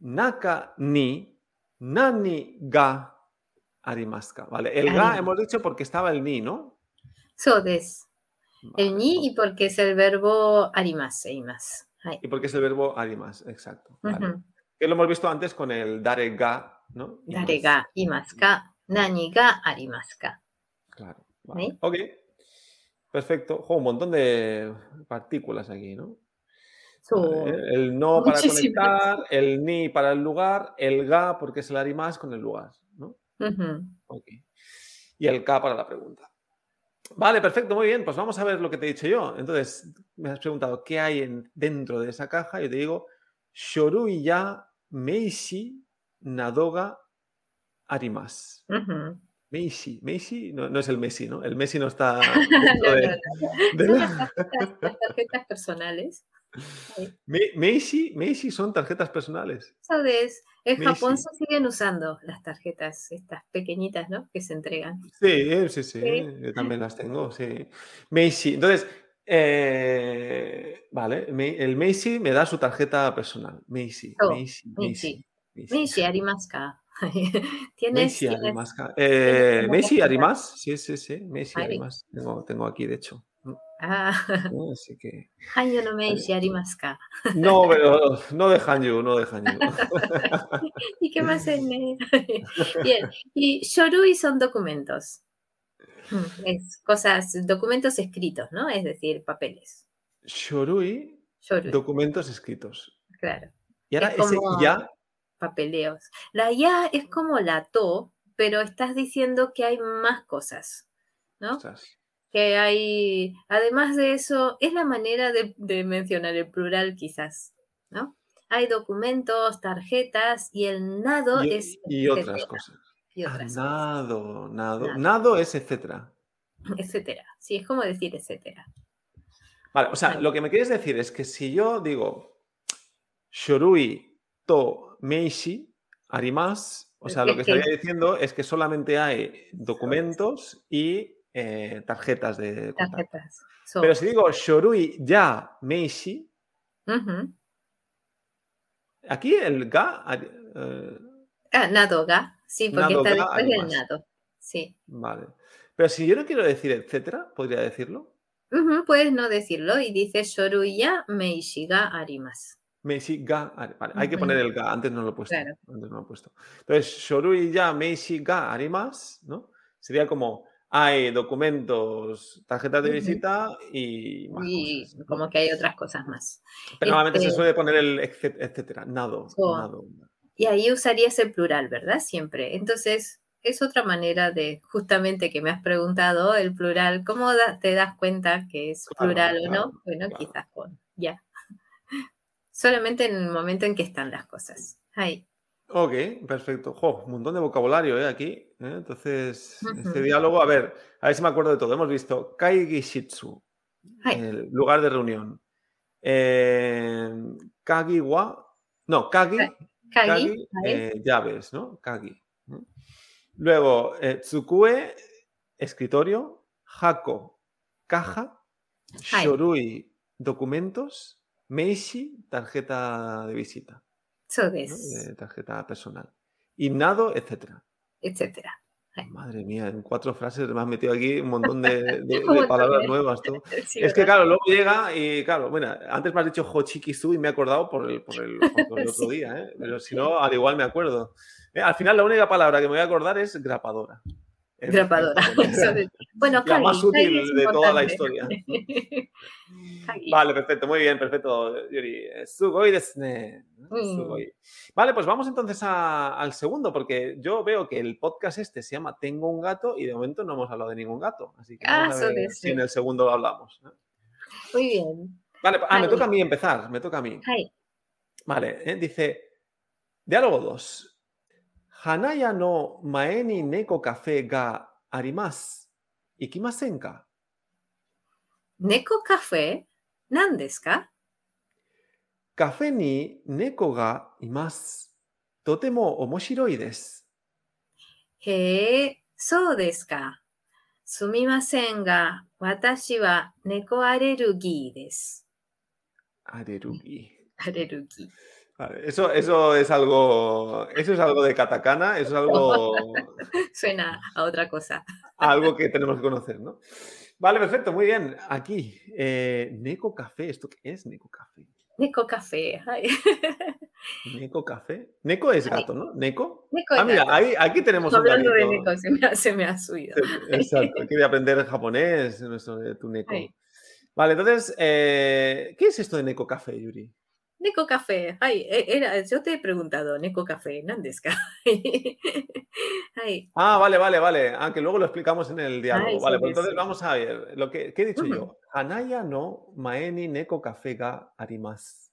S2: naka ni nani ga arimasu ka. Vale. El ga
S3: Arimasu.
S2: hemos dicho porque estaba el ni, ¿no?
S3: So desu.
S2: Vale.
S3: El ni y porque es el verbo arimasu, e imasu. Ahí.
S2: Y porque es el verbo arimasu, exacto. vale.
S3: Ujú.
S2: Que lo hemos visto antes con el dare ga, ¿no? Imasu.
S3: Dare ga imasu ka, nani ga arimasu ka.
S2: Claro. vale.
S3: ¿Sí?
S2: Ok. Perfecto. Jo, un montón de partículas aquí, ¿no?
S3: So,
S2: Vale, El no para
S3: Oh, Muchísimas.
S2: conectar, el ni para el lugar, el ga porque es el arimasu con el lugar, ¿no?
S3: ujú.
S2: Ok. Y el K para la pregunta. Vale, perfecto, muy bien. Pues vamos a ver lo que te he dicho yo. Entonces, me has preguntado qué hay en- dentro de esa caja. Yo te digo, Shoruya Meishi Nadoga Arimas.
S3: Ujú.
S2: Meishi, Meishi no, no es el Messi, ¿no? El Messi no está dentro de, de la-
S3: Las tarjetas personales.
S2: Me- Meishi, Meishi son tarjetas personales.
S3: ¿Sabes? En
S2: Mira,
S3: Japón
S2: sí.
S3: se siguen usando las tarjetas, estas pequeñitas, ¿no? Que se entregan.
S2: Sí, sí, sí,
S3: Sí.
S2: yo también las tengo, sí. Macy, entonces, eh, vale, me- el Macy me da su tarjeta personal. Macy,
S3: Oh,
S2: Macy, Macy, Macy.
S3: Meishi Arimaska. ¿Tienes,
S2: Macy
S3: tienes-
S2: Arimas. ca- eh,
S3: una
S2: Macy
S3: tarjeta?
S2: Arimas, sí, sí, sí, Macy
S3: Ahí.
S2: Arimas. Tengo, tengo aquí, de hecho.
S3: Ah,
S2: ¿no? Así que...
S3: Hanyo no Meishi Arimaska.
S2: No, pero no de Hanyu, no de Hanyu.
S3: ¿Y qué más en el- Bien. Y Shorui son documentos. Mm, Es cosas, documentos escritos, ¿no? Es decir, papeles.
S2: Shorui,
S3: Yorui,
S2: documentos escritos.
S3: claro.
S2: Y ahora
S3: Es como-
S2: ese ya,
S3: Papeleos. La ya es como la to, pero estás diciendo que hay más cosas, ¿no?
S2: ostras,
S3: Que hay, además de eso, es la manera de, de mencionar el plural quizás, ¿no? Hay documentos, tarjetas y el nado
S2: y,
S3: es...
S2: y otras
S3: etcétera,
S2: cosas.
S3: Y
S2: Ah,
S3: otras cosas,
S2: nado, nado.
S3: Nado.
S2: Nado es etcétera.
S3: etcétera. Sí, es como decir etcétera.
S2: Vale, o sea,
S3: Vale.
S2: lo que me quieres decir es que si yo digo Shorui to Meishi Arimas, o sea, lo que
S3: Es que-
S2: estaría diciendo es que solamente hay documentos y eh, tarjetas de contacto.
S3: Tarjetas. So,
S2: Pero si digo Shorui ya Meishi,
S3: ujú.
S2: aquí el ga. ari- eh,
S3: Ah, nado ga. Sí, porque
S2: Nado
S3: está
S2: ga,
S3: después del
S2: además.
S3: nado. Sí.
S2: vale. Pero si yo no quiero decir etcétera, podría decirlo.
S3: Ujú, puedes no decirlo y dices Shoruya Meishiga Arimas.
S2: Meishi ga. ari- Vale, hay que
S3: Ujú.
S2: poner el ga, antes no lo he puesto.
S3: Claro.
S2: antes no lo he puesto. Entonces, shorui ya meishi ga arimas, ¿no? Sería como hay documentos, tarjetas de
S3: Ujú.
S2: visita y más
S3: Y
S2: cosas, ¿no?
S3: como que hay otras cosas más.
S2: Pero normalmente se
S3: este-
S2: suele poner el etc- etcétera, nado,
S3: So-
S2: nado.
S3: Y ahí usarías el plural, ¿verdad? Siempre. Entonces, es otra manera de, justamente que me has preguntado, el plural, ¿cómo da- te das cuenta que es
S2: Claro,
S3: plural o
S2: claro,
S3: no? Bueno,
S2: claro.
S3: quizás con ya. Solamente en el momento en que están las cosas. Ahí.
S2: Ok, perfecto. Jo, un montón de vocabulario ¿eh? aquí. ¿eh? Entonces, este
S3: Ujú.
S2: diálogo, a ver, a ver si me acuerdo de todo. Hemos visto Kaigishitsu,
S3: Ay.
S2: el lugar de reunión. Eh, kagiwa, no, Kagi,
S3: Kagi.
S2: Kagi,
S3: ahí.
S2: eh, llaves, ¿no? Kagi. ¿no? Luego, eh, tsukue, escritorio, hako, caja,
S3: Hai.
S2: shorui, documentos, meishi, tarjeta de visita,
S3: so
S2: ¿no?
S3: des,
S2: Eh, tarjeta personal, y nado, etcétera.
S3: etcétera. Hai.
S2: Madre mía, en cuatro frases me has metido aquí un montón de, de- de
S3: Un montón
S2: palabras
S3: de-
S2: nuevas, tú.
S3: Sí,
S2: Es que
S3: ¿verdad?
S2: claro, luego llega y claro, mira, antes me has dicho Hochikisu y me he acordado por el, por el, por el otro
S3: Sí.
S2: día, ¿eh? pero si no, al igual me acuerdo. Eh, Al final la única palabra que me voy a acordar es grapadora. Es-
S3: Grapadora. Eso de- Bueno,
S2: La
S3: Kagi,
S2: más
S3: Kagi
S2: útil
S3: es
S2: de toda la
S3: importante.
S2: historia.
S3: Kagi.
S2: Vale, perfecto, muy bien, perfecto, Yuri. Eh, Sugoi desu ne, ¿no?
S3: Mm.
S2: Sugoi. Vale, pues vamos entonces a- al segundo, porque yo veo que el podcast este se llama Tengo un gato y de momento no hemos hablado de ningún gato. Así que
S3: Ah,
S2: vamos a
S3: eso
S2: ver
S3: de
S2: si
S3: ser.
S2: en el segundo lo hablamos. ¿no?
S3: Muy bien.
S2: Vale, ah, me
S3: Vale.
S2: toca a mí empezar, me toca a mí.
S3: Hai.
S2: Vale, eh, dice, diálogo 2. Hanaya no mae ni neko café ga arimas. Ikimasen ka?
S3: Neko café, nan desu ka?
S2: Café ni neko ga imas. Totemo omoshiroi desu.
S3: He, so desu ka. Sumimasen ga, watashi wa neko alergi desu.
S2: Arerugi.
S3: Alergi.
S2: Vale, eso, eso es algo. Eso es algo de katakana, eso es algo,
S3: Suena a otra cosa.
S2: algo que tenemos que conocer, ¿no? Vale, perfecto, muy bien. Aquí, eh, Neko Café, ¿esto qué es Neko Café?
S3: Neko café. hai.
S2: Neko Café. Neko es gato, ¿no? Neko.
S3: Neko
S2: Ah, mira,
S3: gato.
S2: ahí, aquí tenemos un
S3: Hablando de
S2: gatito.
S3: neko, se me, ha- se me ha subido.
S2: Exacto, quiere aprender japonés, nuestro de tu Neko.
S3: Ay.
S2: Vale, entonces, eh, ¿qué es esto de Neko Café, Yuri?
S3: Neko café. Ay, e- era, yo te he preguntado, Neko café, ¿nan desu ka? Ay,
S2: Ah, vale, vale, vale. Ah, que luego lo explicamos en el diálogo.
S3: Ay, sí,
S2: vale, pues
S3: sí,
S2: entonces
S3: sí.
S2: vamos a ver. Lo que, ¿Qué he dicho
S3: Ujú.
S2: yo? Hanaya no maeni neko café ga arimas.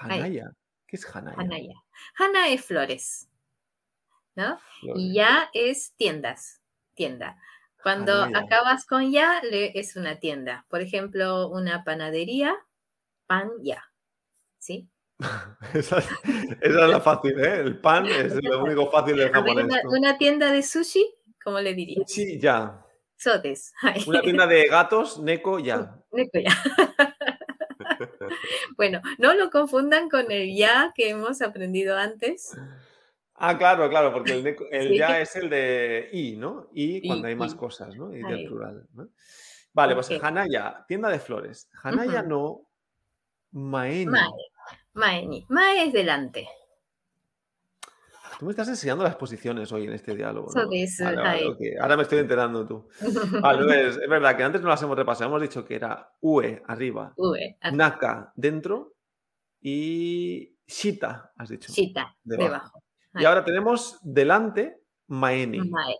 S3: Ay.
S2: Hanaya. ¿Qué es Hanaya?
S3: Hanaya. Hana es flores. ¿No?
S2: Flores.
S3: Y ya es tiendas. Tienda. Cuando
S2: Hanaya.
S3: acabas con ya, le, es una tienda. Por ejemplo, una panadería, pan ya. ¿Sí?
S2: esa, es, esa es la fácil, ¿eh? El pan es lo único fácil del
S3: A ver,
S2: japonés.
S3: una,
S2: ¿no?
S3: una tienda de sushi, ¿cómo le dirías?
S2: Sí, ya.
S3: Sotes. Ay.
S2: Una tienda de gatos, neko, ya.
S3: Neko ya. bueno, no lo confundan con el ya que hemos aprendido antes.
S2: Ah, claro, claro, porque el, neko- el
S3: Sí.
S2: ya es el de y, ¿no? Y cuando
S3: Y,
S2: hay más
S3: y.
S2: cosas, ¿no? Y del
S3: Ahí.
S2: plural, ¿no? Vale, pues
S3: Ok.
S2: Hanaya, tienda de flores. Hanaya
S3: Ujú.
S2: no Maeni.
S3: Mae. Mae ni. Mae es delante.
S2: Tú me estás enseñando las posiciones hoy en este diálogo. ¿no?
S3: So this,
S2: Vale, vale,
S3: ahí.
S2: ok. Ahora me estoy enterando tú. Vale, pues, es verdad que antes no las hemos repasado. Hemos dicho que era UE arriba,
S3: V, a-
S2: Naka dentro y Shita, has dicho.
S3: chita,
S2: debajo.
S3: debajo.
S2: Y ahora tenemos delante Maeni.
S3: Mae,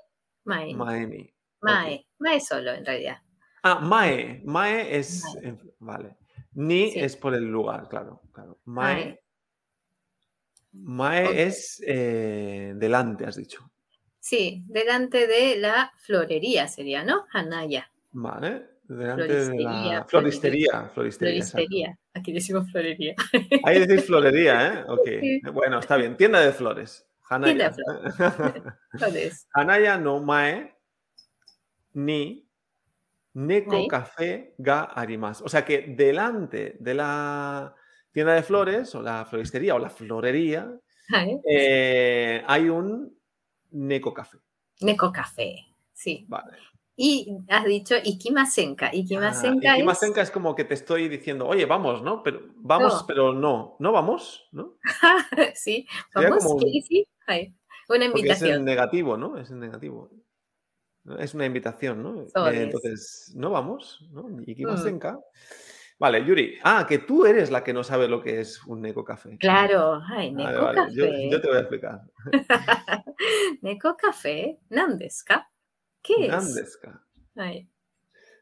S3: mae,
S2: Maeni.
S3: mae, mae solo en realidad.
S2: Ah, Mae. Mae es. en- Vale. Ni
S3: Sí.
S2: es por el lugar, claro. claro. Mae.
S3: Mae.
S2: Mae
S3: Ok.
S2: es eh, delante, has dicho.
S3: Sí, delante de la florería sería, ¿no? Hanaya,
S2: Vale. Delante de la
S3: Floristería,
S2: floristería. Floristería. exacto.
S3: floristería. Aquí decimos florería.
S2: Ahí decís florería, ¿eh? Ok.
S3: Sí.
S2: Bueno, está bien. Tienda de flores. Hanaya.
S3: Tienda de Flores.
S2: Hanaya no mae ni neko
S3: Ahí.
S2: café ga arimas. O sea que delante de la tienda de flores o la floristería o la florería
S3: Mae,
S2: eh, hay un neko café.
S3: Neko café, sí.
S2: Vale.
S3: Y has dicho Ikimasenka. Ikimasenka,
S2: Ah, y
S3: es...
S2: Kimasenka es como que te estoy diciendo, oye, vamos, ¿no? Pero vamos,
S3: No.
S2: pero no, no vamos, ¿no?
S3: sí,
S2: Sería
S3: vamos,
S2: como un-
S3: sí, sí. Ahí.
S2: Porque
S3: Una
S2: es en
S3: invitación.
S2: negativo, ¿no? Es en negativo. ¿no? Es una invitación, ¿no? Eh,
S3: Soles.
S2: entonces, no vamos, ¿no? Ni
S3: Mm.
S2: Ikimasenka. Vale, Yuri. Ah, que tú eres la que no sabe lo que es un Neko Café.
S3: Claro, ay,
S2: Vale,
S3: Neko
S2: vale, Yo,
S3: café.
S2: yo te voy a explicar.
S3: Neko café, Nandeska. ¿Qué es?
S2: Nandeska.
S3: Ay,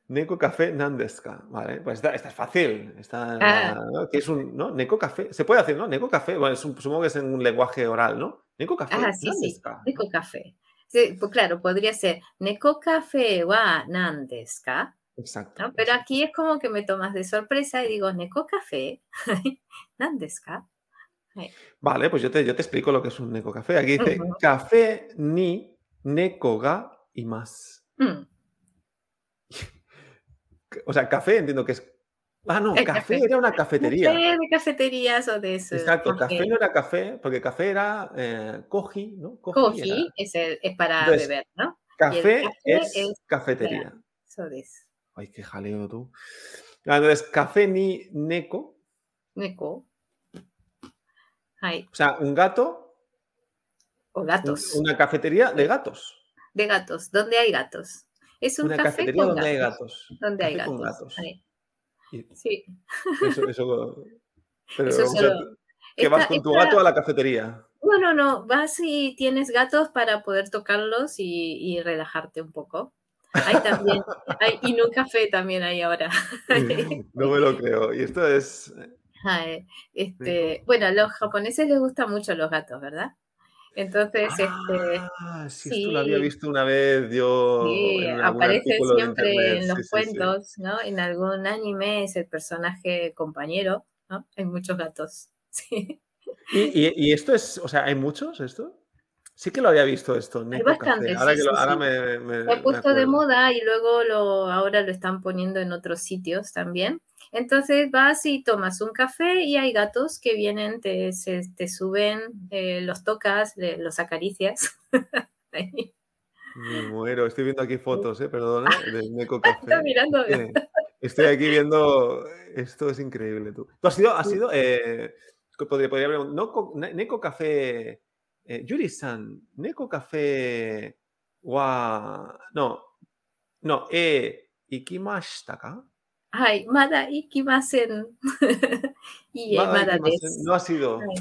S2: Neko Café Nandeska. Vale, pues esta, esta es fácil. Esta,
S3: Ah.
S2: ¿no? que es un, ¿no? Neko Café. Se puede decir, ¿no? Neko Café. Bueno, es un- supongo que es en un lenguaje oral, ¿no? Neko Café
S3: Ah, sí, sí.
S2: Nandeska.
S3: Neko café. Sí, pues claro, podría ser Neko café wa Nandeska.
S2: Exacto.
S3: ¿no? Pero aquí es como que me tomas de sorpresa y digo Neko café, Nandeska.
S2: Vale, pues yo te, yo te explico lo que es un neko café. Aquí dice
S3: Ujú.
S2: café ni neko ga y más.
S3: Mm,
S2: O sea, café entiendo que es. Ah, no,
S3: El
S2: café,
S3: café.
S2: era una cafetería.
S3: café de cafeterías o de eso.
S2: Exacto,
S3: porque
S2: café no era café, porque café era eh, koji, ¿no? Koji era-
S3: Coffee es, el- es para
S2: Entonces,
S3: beber, ¿no?
S2: Café,
S3: café
S2: es,
S3: es-
S2: cafetería.
S3: Eso es.
S2: Ay, qué jaleo tú. Ah, Entonces, café ni neko,
S3: Neko. Ay,
S2: o sea, un gato,
S3: o
S2: un-
S3: gatos.
S2: una cafetería de gatos.
S3: De gatos. ¿Dónde hay gatos? Es un
S2: Una
S3: café
S2: cafetería
S3: con
S2: donde hay
S3: gatos.
S2: gatos.
S3: donde hay
S2: Café con
S3: gatos.
S2: gatos.
S3: Ahí.
S2: Y-
S3: Sí.
S2: Eso, eso- pero,
S3: Eso
S2: o sea,
S3: solo-
S2: que vas con tu gato a la cafetería.
S3: No, no, no. Vas y tienes gatos para poder tocarlos y, y relajarte un poco. Hay también. hay- y un café también hay ahora.
S2: No me lo creo. Y esto es.
S3: Ay, este, bueno, a los japoneses les gustan mucho los gatos, ¿verdad? Entonces, este.
S2: Ah, sí, esto lo había
S3: sí.
S2: visto una vez yo.
S3: Sí,
S2: Ah, en algún
S3: aparece
S2: artículo de
S3: siempre
S2: internet,
S3: en
S2: sí,
S3: los
S2: sí, sí.
S3: cuentos, ¿no? En algún anime es el personaje compañero, ¿no? Hay muchos gatos. Sí.
S2: ¿Y, y- y esto es. O sea, ¿hay muchos esto? Sí que lo había visto esto. Neko Café.
S3: bastantes,
S2: Ahora,
S3: sí,
S2: que lo-
S3: sí,
S2: ahora
S3: sí.
S2: me. me-
S3: Fue
S2: me
S3: puesto de
S2: acuerdo.
S3: moda y luego lo, ahora lo están poniendo en otros sitios también. Entonces vas y tomas un café y hay gatos que vienen, te, se- te suben, eh, los tocas, le- los acaricias. Ahí.
S2: Me muero. Estoy viendo aquí fotos, ¿eh? Perdona. Del Neko
S3: Está
S2: Café.
S3: mirando.
S2: Eh, Estoy aquí viendo. Esto es increíble, tú. ¿Tú has sido, has sido, eh, co- podría, podría haber un- no co- ne- Neko Café. eh, Yuri-san, Neko Café. Wa. No. No, eh. Ikimashita ka?
S3: Ay, Mada Ikimasen. y eh,
S2: Mada
S3: Mada
S2: ikimasen.
S3: des.
S2: No ha sido.
S3: Ay.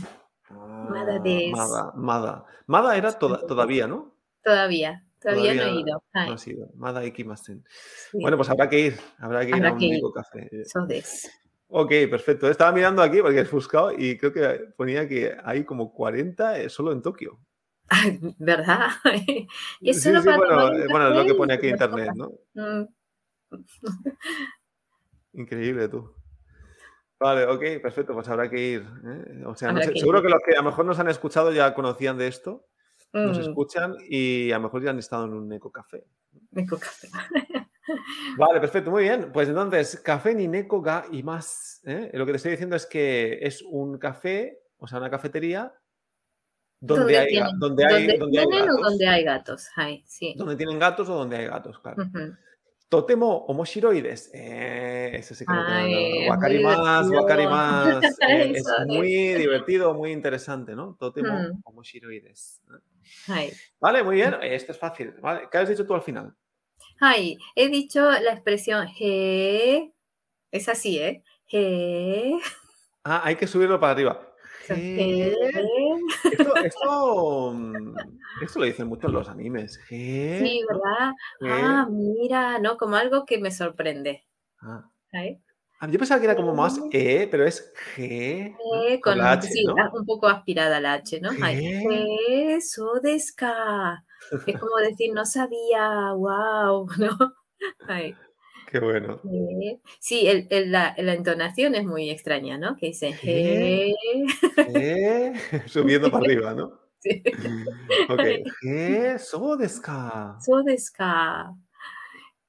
S2: Ah,
S3: Mada des.
S2: Mada, Mada. Mada era toda-
S3: Sí.
S2: todavía, ¿no?
S3: Todavía, todavía, no he
S2: Todavía
S3: ido. Ay,
S2: No ha sido. Mada Ikimasen.
S3: sí.
S2: Bueno, pues habrá que ir. Habrá que ir
S3: Habrá
S2: a un
S3: que ir.
S2: Neko Café.
S3: Eso es.
S2: Ok, perfecto. Estaba mirando aquí porque he buscado y creo que ponía que hay como 40 eh, solo en Tokio.
S3: Ay, ¿Verdad? Y es
S2: Sí,
S3: solo
S2: sí,
S3: para
S2: bueno,
S3: tomar un
S2: eh, bueno, es lo que
S3: café
S2: pone
S3: y
S2: aquí en
S3: tomar
S2: internet, ¿no?
S3: Mm,
S2: Increíble tú. Vale, ok, perfecto, pues habrá que ir. ¿eh? O sea, no
S3: Habrá
S2: sé,
S3: que
S2: seguro
S3: ir.
S2: que los que a lo mejor nos han escuchado ya conocían de esto, nos
S3: mm,
S2: escuchan y a lo mejor ya han estado en un Eco Café.
S3: Neko café.
S2: Vale, perfecto, muy bien. Pues entonces, café ni Neko ga y más. ¿eh? Lo que te estoy diciendo es que es un café, o sea, una cafetería donde
S3: ¿Dónde
S2: hay, ga-
S3: tienen?
S2: donde hay,
S3: ¿Dónde
S2: donde hay
S3: tienen o
S2: gatos.
S3: donde Mm. hay gatos? Ay, sí.
S2: donde tienen gatos o donde hay gatos, claro.
S3: Ujú.
S2: Totemo omoshiroides. Eh, eso sí que
S3: Ay, es muy
S2: Wakarimas,
S3: divertido.
S2: wakarimas. Eh, es
S3: Eso,
S2: muy divertido, muy interesante, ¿no? Totemo
S3: Hmm.
S2: omoshiroides.
S3: Ay.
S2: Vale, muy
S3: Mm.
S2: bien. Este es fácil. ¿vale? ¿Qué has dicho tú al final?
S3: Ay, he dicho la expresión je. Es así, ¿eh? Je.
S2: Ah, hay que subirlo para arriba.
S3: je.
S2: Esto, esto, mm, esto lo dicen mucho en los animes. Je,
S3: Sí,
S2: ¿no?
S3: ¿verdad?
S2: Je.
S3: Ah, mira, ¿no? Como algo que me sorprende.
S2: Ah.
S3: ¿sabes?
S2: Ah, Yo pensaba que era como más E, pero es G. ¿no?
S3: Je, con,
S2: la H,
S3: sí,
S2: ¿no?
S3: ah, un poco aspirada la H, ¿no? Ay, je, sodesca. Es como decir, no sabía, wow, ¿no? Ay,
S2: Qué bueno.
S3: je. Eh, Sí, el- el- la, la entonación es muy extraña, ¿no? Que dicen
S2: Je.
S3: je.
S2: Je, Subiendo para arriba, ¿no?
S3: Sí.
S2: Ok. Je, so desu ka.
S3: そうですか。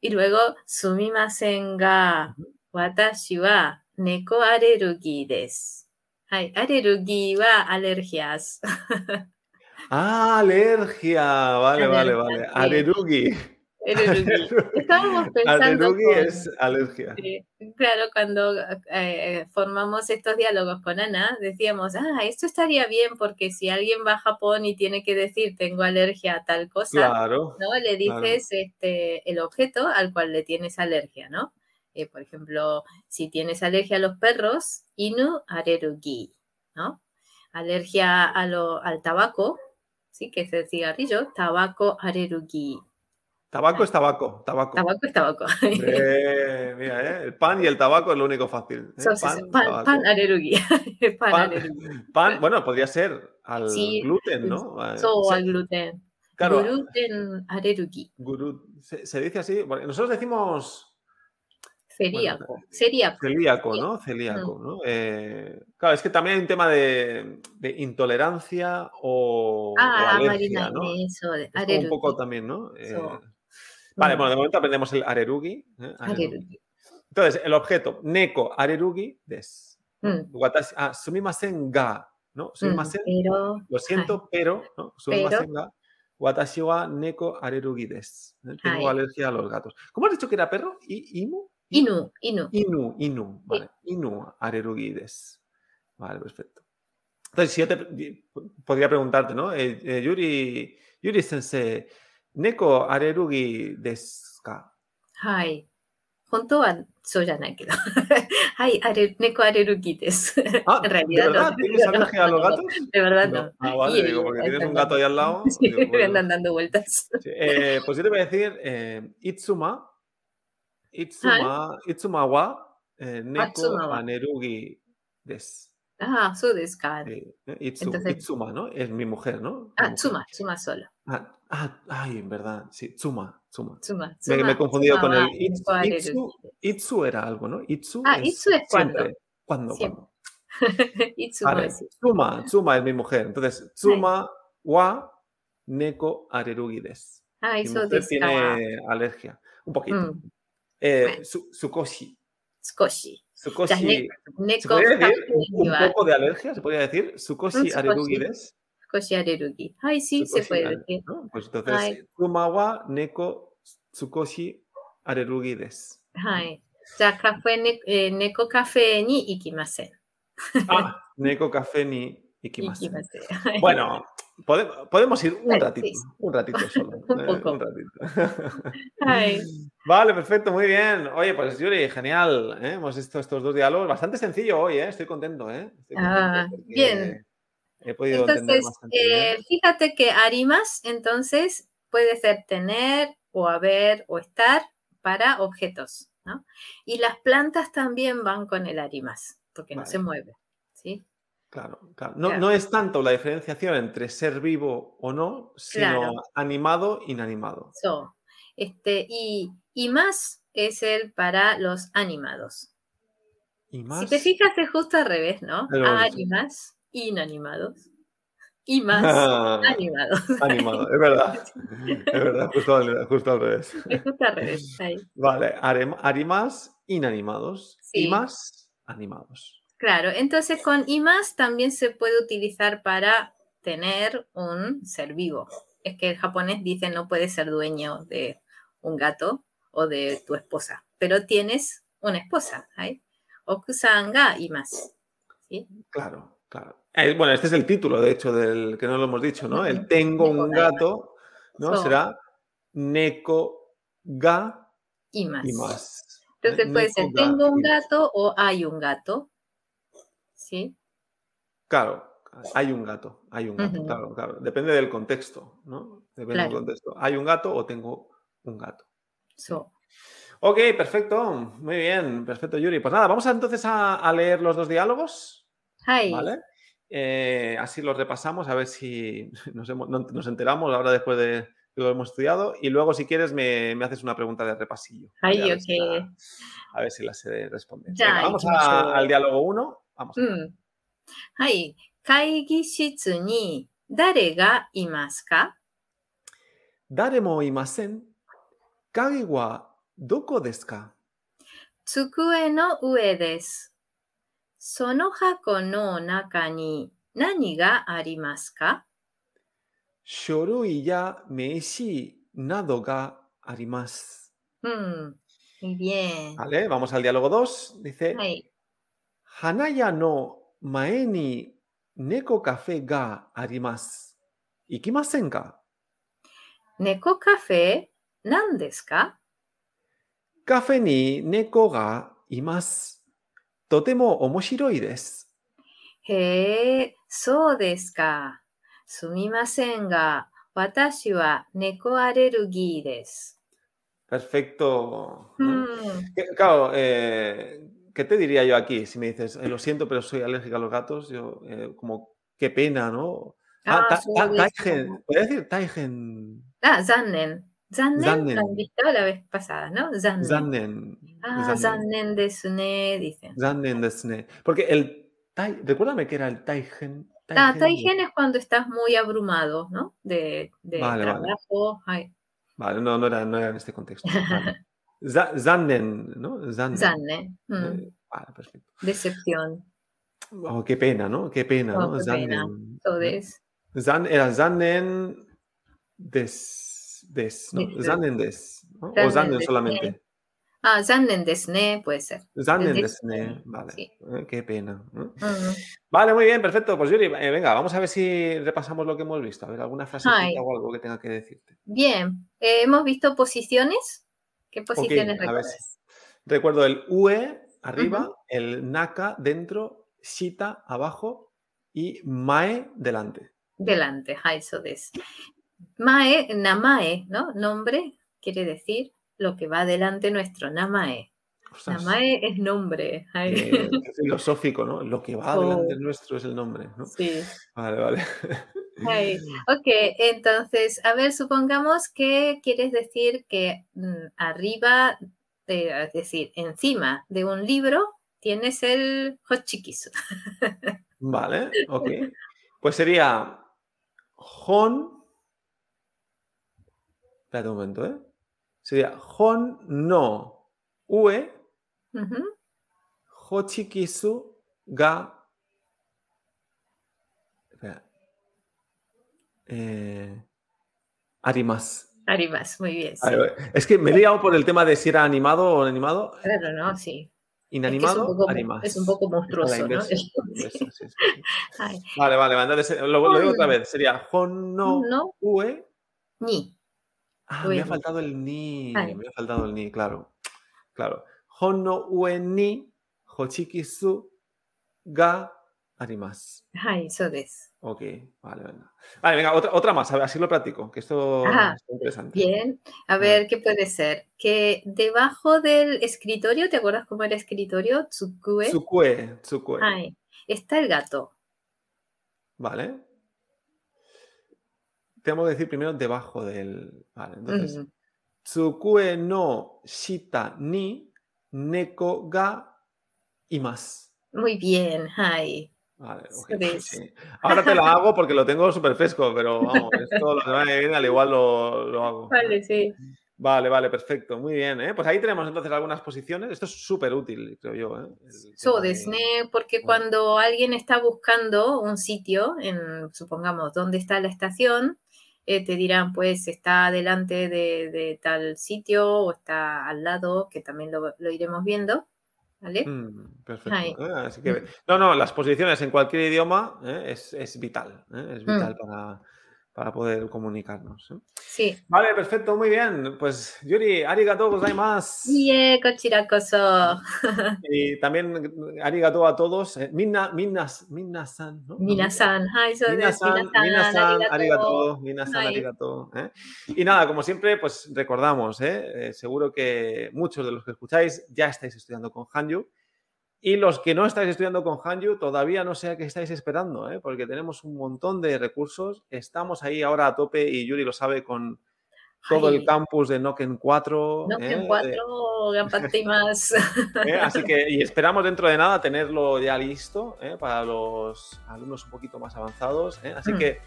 S3: y luego, すみませんが、私は猫アレルギーです。はい、アレルギーはアレルギア ス。
S2: Ah, alergia. Vale, vale,
S3: Alergia,
S2: vale.
S3: sí.
S2: Alerugi.
S3: アレルギー。Estábamos pensando.
S2: Alerugi
S3: con-
S2: es alergia.
S3: Sí, Eh, Claro, cuando eh, formamos estos diálogos con Ana, decíamos, ah, esto estaría bien porque si alguien va a Japón y tiene que decir tengo alergia a tal cosa,
S2: Claro.
S3: ¿no? Le
S2: Claro.
S3: dices este, el objeto al cual le tienes alergia, ¿no? Eh, por ejemplo, si tienes alergia a los perros, inu arerugi, ¿no? Alergia a lo- al tabaco, sí, que es el cigarrillo, tabaco arerugi.
S2: Tabaco es tabaco. Tabaco.
S3: Tabaco es tabaco.
S2: Eh, mira, eh, el pan y el tabaco es lo único fácil. eh,
S3: Sos-
S2: pan,
S3: pan,
S2: tabaco.
S3: pan arerugi. Pan
S2: Pan,
S3: arerugi.
S2: Pan, bueno, podría ser al
S3: Eh, Sí,
S2: gluten, ¿no? Eh,
S3: So,
S2: se-
S3: al gluten.
S2: claro,
S3: Gluten arerugi.
S2: gurú, se, se dice así. porque nosotros decimos
S3: Celíaco.
S2: eh,
S3: celíaco.
S2: celíaco, ¿no? Celíaco, ¿no? Eh, claro, es que también hay un tema de, de intolerancia o, o
S3: Ah,
S2: alergia,
S3: Marina,
S2: ¿no?
S3: eso,
S2: Es como un
S3: arerugi.
S2: poco también, ¿no? Eh,
S3: So.
S2: vale,
S3: Mm.
S2: bueno, de momento aprendemos el arerugi. ¿eh? Arerugi.
S3: Arerugi.
S2: Entonces, el objeto, neko, arerugi, des.
S3: Mm.
S2: Watashi, ah, sumimasen ga, ¿no? Sumimasen
S3: Pero
S2: lo siento, pero, ¿no?
S3: Pero.
S2: Sumimasenga. Watashi wa neko arerugi desu. ¿eh? Tengo
S3: Ay.
S2: alergia a los gatos. ¿Cómo has dicho que era perro? ¿I- ¿Imu?
S3: Inu, Inu.
S2: Inu, inu. Vale. Inu arerugi desu. Vale, perfecto. Entonces, si yo te di- podría preguntarte, ¿no? Eh, eh, Yuri, Yuri sensei, neko arerugi desu ka?
S3: はい。本当はそうじゃないけど。 はい、あれ、猫アレルギーです。
S2: Ah,
S3: En
S2: ¿de
S3: realidad
S2: verdad?
S3: no.
S2: ¿Tienes alergia a los
S3: No, no,
S2: gatos?
S3: De verdad
S2: No.
S3: no.
S2: Ah, vale,
S3: Y-
S2: digo, porque
S3: y-
S2: tienes un gato ahí al lado.
S3: Sí,
S2: digo,
S3: me
S2: bueno.
S3: andan dando vueltas.
S2: Sí, eh, pues yo te voy a decir eh, Itsuma. Itsuma, Itsuma wa eh, Neko
S3: Atsuma wa.
S2: Anerugi des.
S3: Ah, そうですか。
S2: Eh, eh, Itsu-
S3: Entonces-
S2: Itsuma, ¿no? Es mi mujer, ¿no? Mi
S3: Ah,
S2: mujer.
S3: Tsuma, Tsuma solo.
S2: Ah, ah, ay, en verdad. Sí, Tsuma, Tsuma.
S3: Tsuma,
S2: Me- me he
S3: Tsuma,
S2: confundido
S3: Tsuma
S2: con el
S3: wa
S2: Itsu-
S3: neko arerugi
S2: Itsu- Itsu era algo, ¿no? Itsu
S3: Ah, Itsu es cuando.
S2: siempre. ¿Cuándo?
S3: Siempre.
S2: cuándo?
S3: des. Y Tsuma
S2: Vale,
S3: es-
S2: Tsuma, Tsuma es mi mujer. Entonces, Tsuma wa Neko Arerugi des.
S3: Ay,
S2: Mi
S3: so
S2: mujer
S3: desu ka.
S2: tiene alergia. Un poquito.
S3: Mm,
S2: Eh,
S3: Bueno.
S2: su- Tsukoshi.
S3: 少し。
S2: Tsukoshi. ¿Se
S3: Neko
S2: podría decir
S3: Kaku
S2: un
S3: ni wa
S2: poco de alergia? ¿Se podría decir? Tsukoshi
S3: Tsukoshi.
S2: arerugides.
S3: 少しアレルギー。はい、sí, se
S2: Tsukoshi
S3: puede
S2: are-
S3: decir.
S2: ¿no? Pues entonces,
S3: Ay.
S2: Kumawa neko Tsukoshi arerugides.
S3: はい。じゃあ、カフェね、えー猫カフェに行きません。
S2: Ah, neko café ni
S3: 行
S2: ikimasu.
S3: き ません。はい
S2: Bueno, pode- podemos ir un
S3: Bueno,
S2: ratito.
S3: sí.
S2: Un ratito solo.
S3: Un
S2: eh,
S3: poco.
S2: un ratito.
S3: はい。
S2: Vale, perfecto, muy bien. Oye, pues Yuri, genial. ¿eh? Hemos visto estos dos diálogos. Bastante sencillo hoy, ¿eh? Estoy contento, ¿eh? Estoy contento
S3: Ah,
S2: porque
S3: bien.
S2: He podido entender
S3: Entonces,
S2: bastante
S3: eh,
S2: bien.
S3: fíjate que arimas, entonces, puede ser tener o haber o estar para objetos, ¿no? Y las plantas también van con el arimas, porque no
S2: Vale.
S3: se mueve, ¿sí?
S2: Claro, claro. No,
S3: claro.
S2: no es tanto la diferenciación entre ser vivo o no, sino
S3: Claro.
S2: animado, inanimado.
S3: So, este, y, y más es el para los animados,
S2: Y más.
S3: Si te fijas es justo al revés, ¿no?
S2: Al revés, sí.
S3: Animas, inanimados. Y más, animados.
S2: animado, es verdad. Es verdad, justo al, justo al revés.
S3: Es justo al revés. ahí.
S2: Vale, harem- arimas, inanimados. Y
S3: Sí.
S2: más, animados.
S3: Claro, entonces con y más también se puede utilizar para tener un ser vivo. Es que el japonés dice no puede ser dueño de un gato o de tu esposa, pero tienes una esposa, ¿hay? Okusanga y más. ¿sí?
S2: Claro, claro. Eh, bueno, este es el título, de hecho, del que no lo hemos dicho, ¿no? El tengo un gato, ¿no?
S3: So.
S2: Será Neko Ga
S3: Y más.
S2: y más.
S3: Entonces puede ser,
S2: Neko ga
S3: tengo un
S2: y más.
S3: gato o hay un gato. ¿Sí?
S2: Claro, hay un gato, hay un gato,
S3: Ujú.
S2: claro, claro. Depende del contexto, ¿no? Depende
S3: Claro.
S2: del contexto. Hay un gato o tengo un gato.
S3: So.
S2: Ok, perfecto, muy bien, perfecto, Yuri. Pues nada, vamos a, entonces a, a leer los dos diálogos,
S3: Hay.
S2: ¿vale? Eh, así los repasamos, a ver si nos, hemos- no- nos enteramos ahora después de que lo hemos estudiado. Y luego, si quieres, me, me haces una pregunta de repasillo.
S3: Ay,
S2: a ver si
S3: ok.
S2: la- a ver si la sé responder.
S3: Ya,
S2: Venga, vamos
S3: incluso-
S2: a- al diálogo 1. Vamos.
S3: うん。はい。会議室に誰がいますか
S2: Daremo imasen. Kage wa doko desu ka?
S3: 机の上です。その箱の中に何がありますか
S2: Shorui ya meishi nado ga arimasu.
S3: うん。いいね。
S2: Vale, vamos al diálogo 2. Dice,
S3: はい。
S2: Hanaya no mae ni neko café ga arimasu. Ikimasen ka?
S3: 猫カフェ何ですか
S2: Café ni neko ga imasu. Totemo omoshiroi desu.
S3: へえ、そうですか。すみませんが、私は猫アレルギーです。
S2: Perfecto.
S3: う
S2: ¿no?
S3: ん。
S2: Que- Claro, eh, ¿qué te diría yo aquí si me dices, "Eh, lo siento, pero soy alérgica a los gatos? Yo, eh, como, qué pena, ¿no? Ah, ta-
S3: そう
S2: ta-
S3: ですか
S2: taigen. ¿Podría decir taigen?
S3: あ、残念。残念。
S2: 残念
S3: lo han visto la vez pasada, ¿no? 残念。
S2: Zannen.
S3: Mm. Ah,
S2: zannen,
S3: zannen desu ne, dicen.
S2: zannen desu ne. Porque el tai, recuérdame que era el taigen.
S3: Ah, taigen es cuando estás muy abrumado, ¿no? De, de
S2: Vale, vale.
S3: trabajo. ay,
S2: Vale, no, no era, no era en este contexto. vale. Za- Zannen, ¿no? Zannen.
S3: zannen. mm,
S2: Eh, vale, perfecto.
S3: Decepción.
S2: Oh, qué pena, ¿no? Qué pena,
S3: Oh,
S2: ¿no?
S3: qué pena.
S2: Zannen.
S3: Entonces,
S2: Zan, era Zannen des, des, ¿no?
S3: Des.
S2: Zannen des, ¿no?
S3: Zannen
S2: o Zannen
S3: des,
S2: solamente.
S3: ah, zannen desu ne puede ser.
S2: Zannen
S3: des,
S2: des, ne,
S3: sí.
S2: vale.
S3: Sí.
S2: Eh, Qué pena. ¿no?
S3: Mm.
S2: Vale, muy bien, perfecto. Pues Yuri, eh, venga, vamos a ver si repasamos lo que hemos visto. A ver, alguna frase
S3: Ay.
S2: o algo que tenga que decirte.
S3: Bien, eh, hemos visto posiciones. ¿Qué posiciones
S2: a ver
S3: recuerdas?
S2: Recuerdo el UE arriba, el Naka dentro, Shita abajo y Mae delante.
S3: Delante, ah, eso es. Mae, namae, ¿no? Nombre quiere decir lo que va delante nuestro, namae.
S2: Ostras,
S3: Namae es nombre. ay.
S2: eh, qué filosófico, ¿no? Lo que va
S3: Oh.
S2: delante nuestro es el nombre, ¿no?
S3: Sí.
S2: Vale, vale.
S3: Ay, Ok, entonces, a ver, supongamos que quieres decir que mm, arriba, de- es decir, encima de un libro tienes el hochikisu.
S2: Vale, ok. Pues sería Hon. Espérate un momento, ¿eh? Sería Hon no Ue
S3: Ujú.
S2: Hochikisu ga. Espera. Eh, arimas.
S3: Arimas, muy bien. sí.
S2: A ver, Es que me he liado por el tema de si era animado o no animado.
S3: Claro, ¿no? Sí. Es que
S2: Inanimado,
S3: es, un poco,
S2: arimas.
S3: es un poco
S2: Está la
S3: monstruoso, ¿no?
S2: inversa, la inversa, sí, sí, sí.
S3: Ay,
S2: Vale, vale, vale. Entonces, eh, lo, lo digo otra
S3: Hon.
S2: vez. Sería Hon no
S3: no,
S2: Ue.
S3: ni.
S2: Ah,
S3: Ue
S2: me ha
S3: ni.
S2: faltado el ni.
S3: Ay.
S2: Me ha faltado el ni, claro. Claro. Hon no ue ni hochikisu ga arimasu.
S3: Ay, eso es.
S2: Ok, vale, venga. Vale, venga, otra, otra más, a ver, así lo practico, que esto
S3: Ajá,
S2: es interesante.
S3: Bien, a ver, ¿qué puede ser? Que debajo del escritorio, ¿te acuerdas cómo era escritorio? Tsukue.
S2: Tsukue, tsukue.
S3: pues. Ay, está el gato.
S2: Vale. Tenemos que decir primero debajo del. Vale, entonces.
S3: Mm,
S2: Tsukue no shita ni neko ga imasu.
S3: Muy bien, ay.
S2: Vale, ok,
S3: Eso es.
S2: sí. Ahora te la hago porque lo tengo súper fresco, pero vamos, esto la semana que viene al igual lo, lo hago.
S3: Vale, sí.
S2: Vale, vale, perfecto, muy bien. ¿eh? Pues ahí tenemos entonces algunas posiciones. Esto es súper útil, creo yo. ¿eh? El
S3: So
S2: tema de-
S3: des ne, porque
S2: Mm.
S3: cuando alguien está buscando un sitio, en, supongamos, dónde está la estación, eh, te dirán, pues está delante de, de, tal sitio o está al lado, que también lo, lo iremos viendo. ¿Vale?
S2: Mm, perfecto. Ah, así que, no, no, las posiciones en cualquier idioma eh, es, es, vital, eh, es vital mm. para, para poder comunicarnos. ¿eh?
S3: Sí.
S2: Vale, perfecto, muy bien. Pues Yuri, arigato gozaimasu.
S3: Ie, kochirakoso.
S2: Mm. Y también arigato a todos. Eh, Minna, minnas, minnasan, ¿no?
S3: Minasan, hi, so
S2: minasan, minasan, arigato, minasan, arigato. ¿eh? Y nada, como siempre, pues recordamos, ¿eh? Eh, seguro que muchos de los que escucháis ya estáis estudiando con Hanyu. Y los que no estáis estudiando con Hanyu, todavía no sé a qué estáis esperando, ¿eh? porque tenemos un montón de recursos. Estamos ahí ahora a tope y Yuri lo sabe con todo Ay. el campus de Noken 4.
S3: Noken ¿eh? 4, de... más.
S2: ¿Eh? Así que, y esperamos dentro de nada tenerlo ya listo ¿eh? para los alumnos un poquito más avanzados. Así mm. que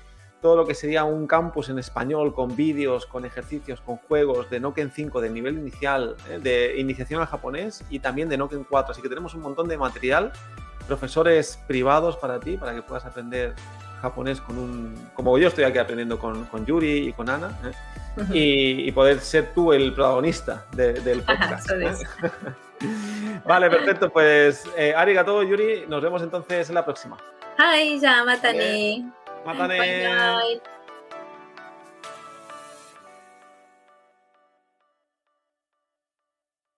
S2: todo lo que sería un campus en español con vídeos, con ejercicios, con juegos de Noken 5 de nivel inicial, ¿eh? de iniciación al japonés y también de Noken 4. Así que tenemos un montón de material, profesores privados para ti, para que puedas aprender japonés con un... como yo estoy aquí aprendiendo con, con Yuri y con Ana, ¿eh? uh -huh. y, y, poder ser tú el protagonista de, del podcast. ¿eh? vale, perfecto. Pues arigato, Yuri. Nos vemos entonces en la próxima.
S3: Hi, ya, matane.
S2: またね